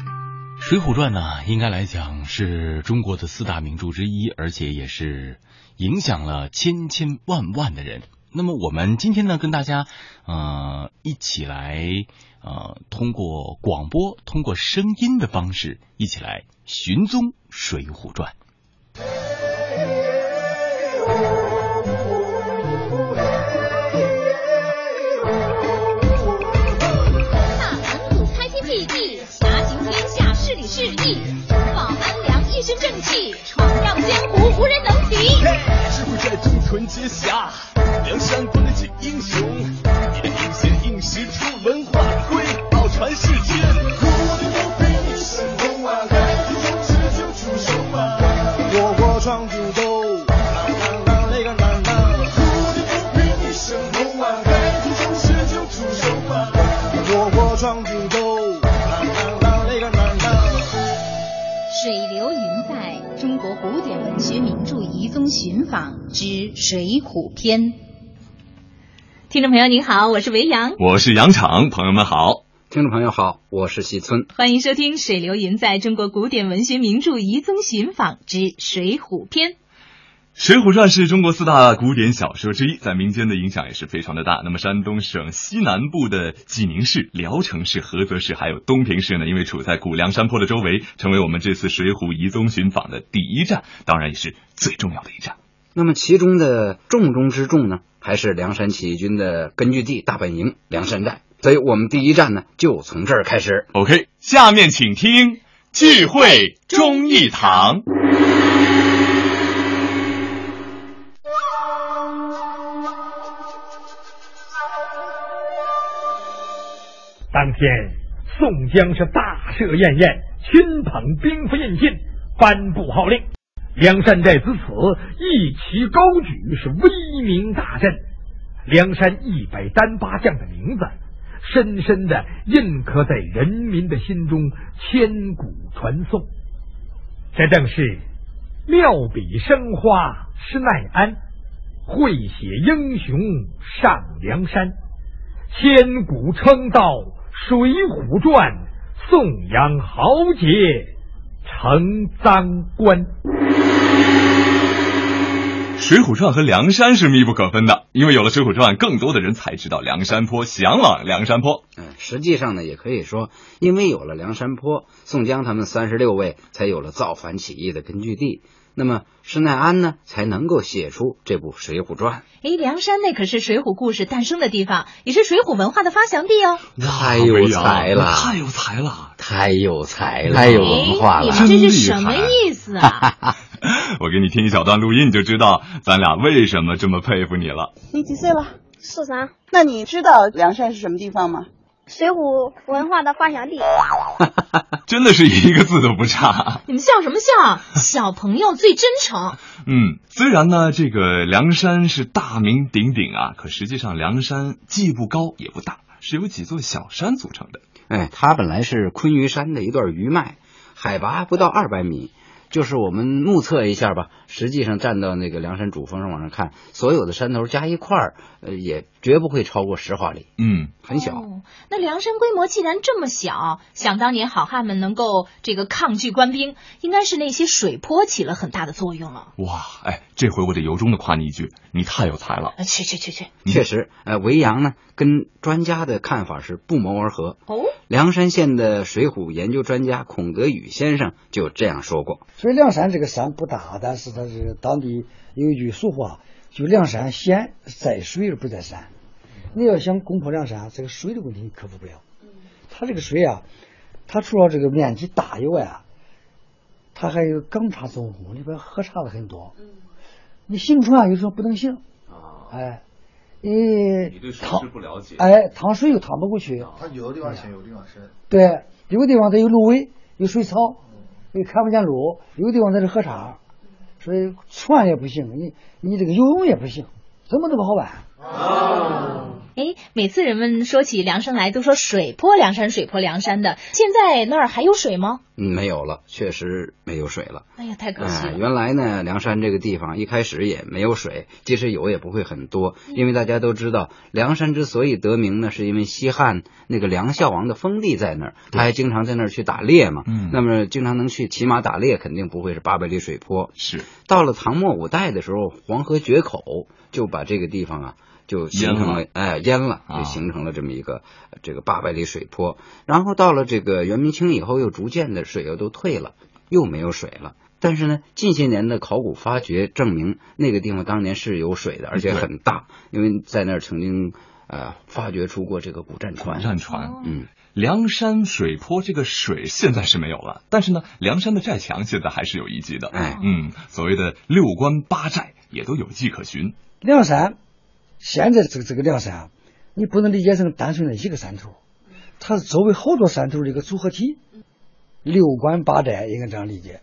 《水浒传》呢，应该来讲是中国的四大名著之一，而且也是影响了千千万万的人。那么我们今天呢，跟大家呃一起来呃，通过广播，通过声音的方式，一起来寻踪《水浒传》。大男子开天辟地，侠行天下事理是义，永保安良一身正气，闯荡江湖无人能敌。智慧在中存阶下，梁山伯那些英雄，你的英贤应时出，文化瑰宝传世间。我的牛逼你是疯啊，敢英雄只就出手啊，我我闯九州，啷啷啷那个啷啷。我的牛逼你是疯啊，敢英雄只就出手啊，我我闯九州，啷啷啷那个啷啷。水流云在，中国古典文学名著遗踪寻访之《水浒篇》。听众朋友您好，我是维阳，我是杨昶，朋友们好。听众朋友好，我是西村。欢迎收听《水流云在中国古典文学名著遗踪寻访之《水浒篇》。 《水浒传》是中国四大古典小说之一，在民间的影响也是非常的大。那么，山东省西南部的济宁市、聊城市、菏泽市还有东平市呢，因为处在古梁山坡的周围，成为我们这次《水浒遗踪寻访》的第一站，当然也是最重要的一站。那么其中的重中之重呢，还是梁山起义军的根据地大本营梁山寨。所以我们第一站呢，就从这儿开始。 OK，下面请听聚会忠义堂。当天，宋江是大设宴宴，亲捧兵符印信，颁布号令。梁山寨自此一旗高举，是威名大振。梁山一百单八将的名字，深深的印刻在人民的心中，千古传颂。这正是妙笔生花施耐庵，会写英雄上梁山。千古称道《水浒传》，颂扬豪杰成赃官。 《水浒传》和梁山是密不可分的，因为有了《水浒传》，更多的人才知道梁山坡，向往梁山坡。嗯，实际上呢，也可以说，因为有了梁山坡，宋江他们三十六位才有了造反起义的根据地。那么施耐庵呢，才能够写出这部《水浒传哎，梁山那可是水浒故事诞生的地方，也是水浒文化的发祥地哦。》。太有哎才了，太有才了！太有才了，太有文化了哎。你们这是真什厉么害意 思啊？ 我给你听一小段录音，你就知道咱俩为什么这么佩服你了。你几岁了？四三，那你知道梁山是什么地方吗？水浒文化的发祥地。真的是一个字都不差。 你们笑什么 笑？啊小朋友最真诚。嗯，虽然呢，这个梁山是大名鼎鼎啊，可实际上梁山既不高也不大，是由几座小山组成的。哎，它本来是昆嵛山的一段余脉，海拔不到二百米。就是我们目测一下吧，实际上站到那个梁山主峰上往上看，所有的山头加一块儿，呃，也绝不会超过十华里，嗯，很小。哦那梁山规模既然这么小，想当年好汉们能够这个抗拒官兵，应该是那些水泊起了很大的作用啊了。哇，哎，这回我得由衷的夸你一句，你太有才了。啊，去去去去！确实，呃，维扬呢跟专家的看法是不谋而合。哦，梁山县的水浒研究专家孔德宇先生就这样说过。所以亮山这个山不大，但是它是当地有一句俗话，就亮山县在水而不在山。你要想攻破梁山，这个水的问题你克服不了。它这个水啊，它除了这个面积大以外啊，它还有港茶总红，里边喝茶的很多。你行船啊有时候不能行，啊哎，你淌不了解啊哎淌水又淌不过去，它有的地方浅，有的地方深。对，有的地方它有芦苇，有水草，也看不见路；有的地方它是河叉，所以船也不行，你你这个游泳也不行，怎么都不好办。哎，每次人们说起梁山来，都说水泊梁山，水泊梁山的。现在那儿还有水吗？嗯，没有了，确实没有水了。哎呀，太可惜哎，了。原来呢，梁山这个地方一开始也没有水，即使有也不会很多，因为大家都知道，梁山之所以得名呢，是因为西汉那个梁孝王的封地在那儿，他还经常在那儿去打猎嘛。嗯那么经常能去骑马打猎，肯定不会是八百里水泊。是到了唐末五代的时候，黄河决口就把这个地方啊就形成了，哎，淹了，啊就形成了这么一个、呃这个八百里水泊。然后到了这个元明清以后，又逐渐的水又都退了，又没有水了。但是呢，近些年的考古发掘证明，那个地方当年是有水的，而且很大，因为在那儿曾经呃发掘出过这个古战船。战船。嗯，梁山水泊这个水现在是没有了，但是呢，梁山的寨墙现在还是有遗迹的。哎嗯，所谓的六关八寨也都有迹可循。亮山，现在这个这个亮山啊，你不能理解成单纯的一个山头，它是周围好多山头的一个组合体。六关八寨应该这样理解。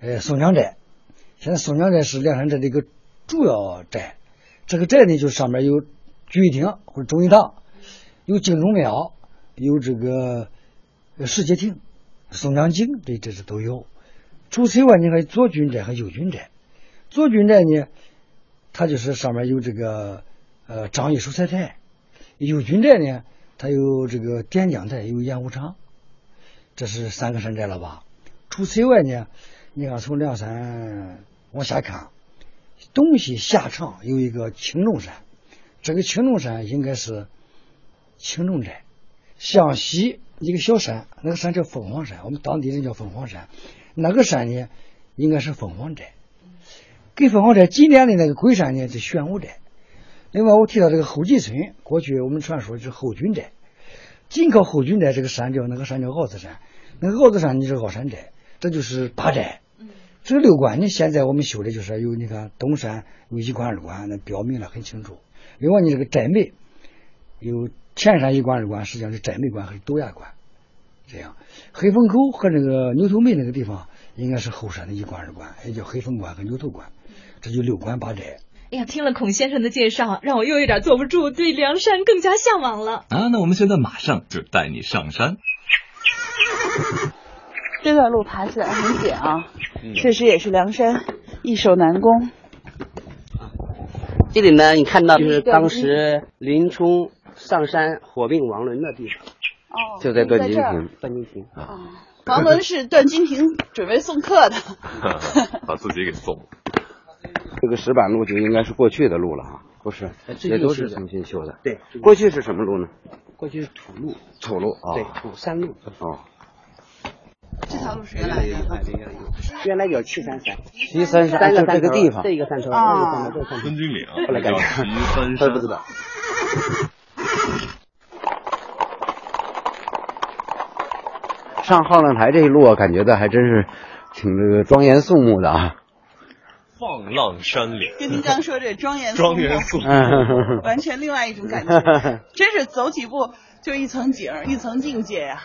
呃，松江寨，现在松江寨是亮山寨的一个主要寨。这个寨呢，就上面有聚义厅或者忠义堂，有敬忠庙，有这个呃世界亭、松江井，这这是都有。除此以外，你还有左军寨和右军寨。左军寨呢，它就是上面有这个呃张掖蔬菜台，右军寨呢，它有这个点将台，有演武场，这是三个山寨了吧？除此以外呢，你看从梁山往下看，东西下长有一个青龙山，这个青龙山应该是青龙寨，向西一个小山，那个山叫凤凰山，我们当地人叫凤凰山，那个山呢应该是凤凰寨。跟凤凰寨紧连的那个龟山呢是玄武寨。另外，我提到这个后进村，过去我们传说是后军寨，紧靠后军寨这个山叫那个山叫鏊子山，那个鏊子山就是鏊山寨，这就是八寨。这个六关呢，现在我们修的就是有你看东山有一关二关，那标明了很清楚。另外，你这个寨门有前山一关二关，实际上是寨门关和豆芽关，这样黑风口和那个牛头门那个地方应该是后山的一关二关，也叫黑风关和牛头关。这就六关八寨。哎呀，听了孔先生的介绍，让我又有点坐不住，对梁山更加向往了。啊，那我们现在马上就带你上山。这段路爬起来很险啊，嗯确实也是梁山易守难攻。这里呢，你看到就是当时林冲上山火并王伦的地方，哦就在段金这儿亭。段金亭。王伦是段金亭准备送 客的， 把自己给送了。这个石板路就应该是过去的路了哈，不是，最也近都是是的重新修的。对，过去是什么路呢？过去是土路，土路啊。对，土山路。哦，这条路是原来的。原来有七山山，西三山三个就是山这个头地方这。一个山头，啊那个山头，这个山头孙。经理啊，后来改叫名齐三我山也不知道。上号浪台这一路啊，感觉到还真是挺这个庄严肃穆的啊。 放浪山岭，跟您刚说这庄严庄严肃穆。嗯，完全另外一种 感觉，真是走几步就一层景儿，一层境界呀、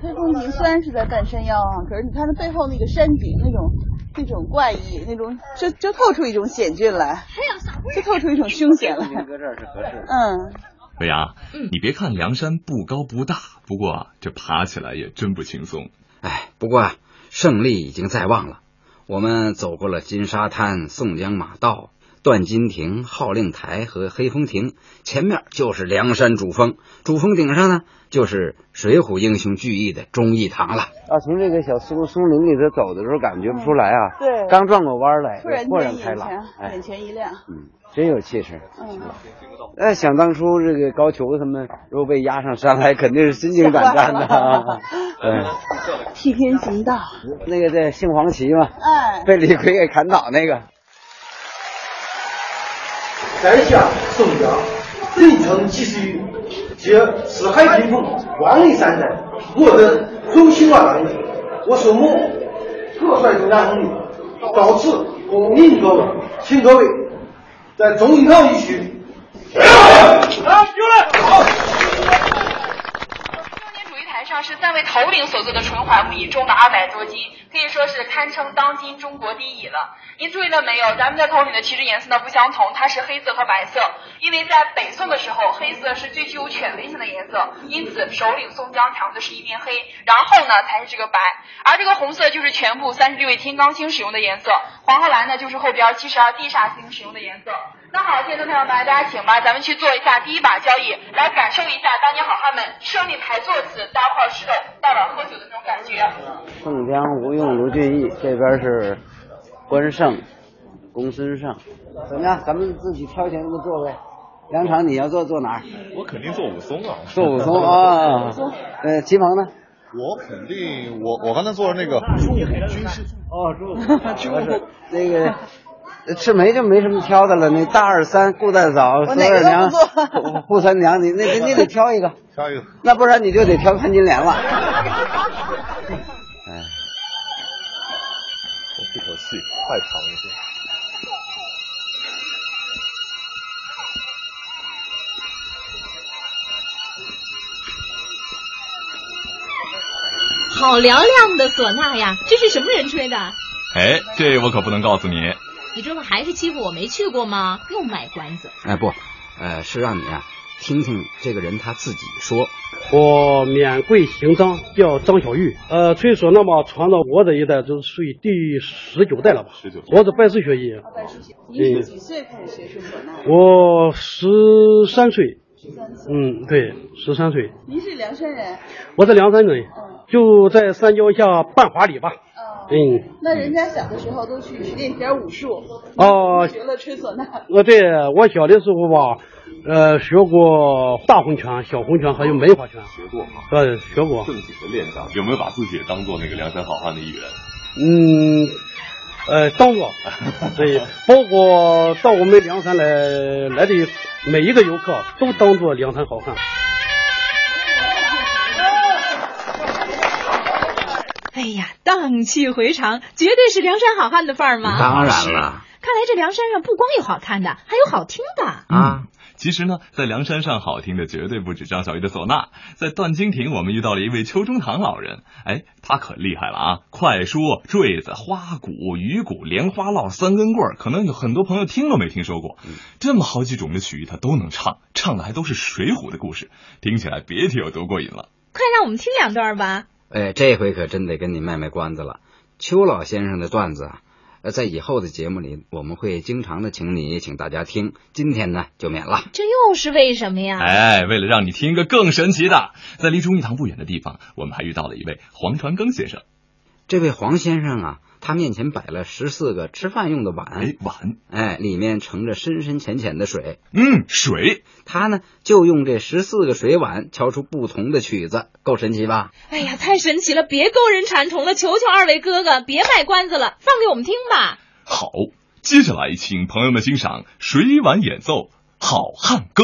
它风景虽然是在半山腰啊，可是你看它背后那个山景，那种那种怪异，那种就就透出一种险峻来，就透出一种凶险来。搁这儿是合适的。嗯，薇娅，你别看梁山不高不大，不过啊，这爬起来也真不轻松。哎，不过啊，胜利已经在望了。我们走过了金沙滩、宋江马道、段金亭、号令台和黑风亭，前面就是梁山主峰，主峰顶上呢就是水浒英雄聚义的忠义堂了。啊，从这个小松松林里头走的时候，感觉不出来啊，对刚转过弯来，突然豁间然眼开前朗，哎眼，前一亮，嗯，真有气势。嗯，哎，想当初这个高俅他们如果被押上山来，肯定是心惊胆战的 啊。嗯，替天行道， 那个在杏黄旗嘛，哎，被李逵给砍倒那个。在下宋江，本城几十余，皆四海宾朋，望里三寨。我等忠心万郎的，我是某各率众南红的，到此供您作问，请各位在忠义堂一区。哎啊来，过来，好。中年主义台船上是三位头领所坐的纯环比重的二百多斤，可以说是堪称当今中国第一了。您注意了没有？咱们的头领的旗帜颜色呢不相同，它是黑色和白色，因为在北宋的时候，黑色是最具有权威性的颜色，因此首领宋江长的是一边黑，然后呢才是这个白，而这个红色就是全部三十六位天罡星使用的颜色，黄鹤蓝呢就是后边七十二地煞星使用的颜色。那好，现在朋友们，大家请吧，咱们去做一下第一把交易，来感受一下当年好汉们胜利牌座次大块石头大碗喝酒的那种感觉。宋江、吴用、卢俊义，这边是关胜、公孙胜，怎么样？咱们自己挑选一个座位。梁场你要坐坐哪儿？我肯定做武松啊，坐武松啊。呃，齐鹏呢？我肯定，我我刚才坐的那个朱武军师哦，朱武是那个。赤眉就没什么挑的了，那大二三、顾大嫂、我佘哪二个都娘不、做。扈三娘，你那你得挑一个，挑一个。那不然你就得挑潘金莲了。我这口气太长了。好嘹亮的唢呐呀！这是什么人吹的？哎，这我可不能告诉你。你这不还是欺负我没去过吗？又卖关子。哎不，呃，是让你啊听听这个人他自己说。我免贵行章，叫张小玉，呃，吹唢呐嘛，传到我这一代就是属于第十九代了吧？十九，我是拜师学艺，嗯您是几岁开始学吹唢呐？我十三岁， 13岁嗯，对，十三岁，您是凉山人，我在梁山人，就在山脚下半华里吧，嗯。那人家小的时候都去练点武术，哦学了吹唢呐。呃，对我小的时候吧，呃，学过大红拳、小红拳，还有梅花拳。学过吗？呃，学过。啊正经的练一下，有没有把自己也当做那个梁山好汉的一员？嗯，呃，当过。对，包括到我们梁山来来的每一个游客，都当做梁山好汉。哎呀，荡气回肠，绝对是梁山好汉的范儿嘛！当然了。看来这梁山上不光有好看的，还有好听的。啊。其实呢，在梁山上好听的绝对不止张小玉的唢呐，在段经亭我们遇到了一位邱中堂老人，哎，他可厉害了啊！快说、坠子、花鼓、鱼鼓、莲花落、三根棍儿，可能有很多朋友听都没听说过。这么好几种的曲艺他都能唱，唱的还都是《水浒》的故事，听起来别提有多过瘾了。快让我们听两段吧。哎，这回可真得跟你卖卖关子了。邱老先生的段子啊，呃，在以后的节目里我们会经常的请你请大家听，今天呢就免了。这又是为什么呀？哎，为了让你听一个更神奇的，在离忠义堂不远的地方，我们还遇到了一位黄传庚先生。这位黄先生啊，他面前摆了十四个吃饭用的碗，哎，碗，哎，里面盛着深深浅浅的水，嗯，水。他呢就用这十四个水碗敲出不同的曲子，够神奇吧？哎呀，太神奇了！别勾人馋虫了，求求二位哥哥，别卖关子了，放给我们听吧。好，接下来请朋友们欣赏水碗演奏《好汉歌》。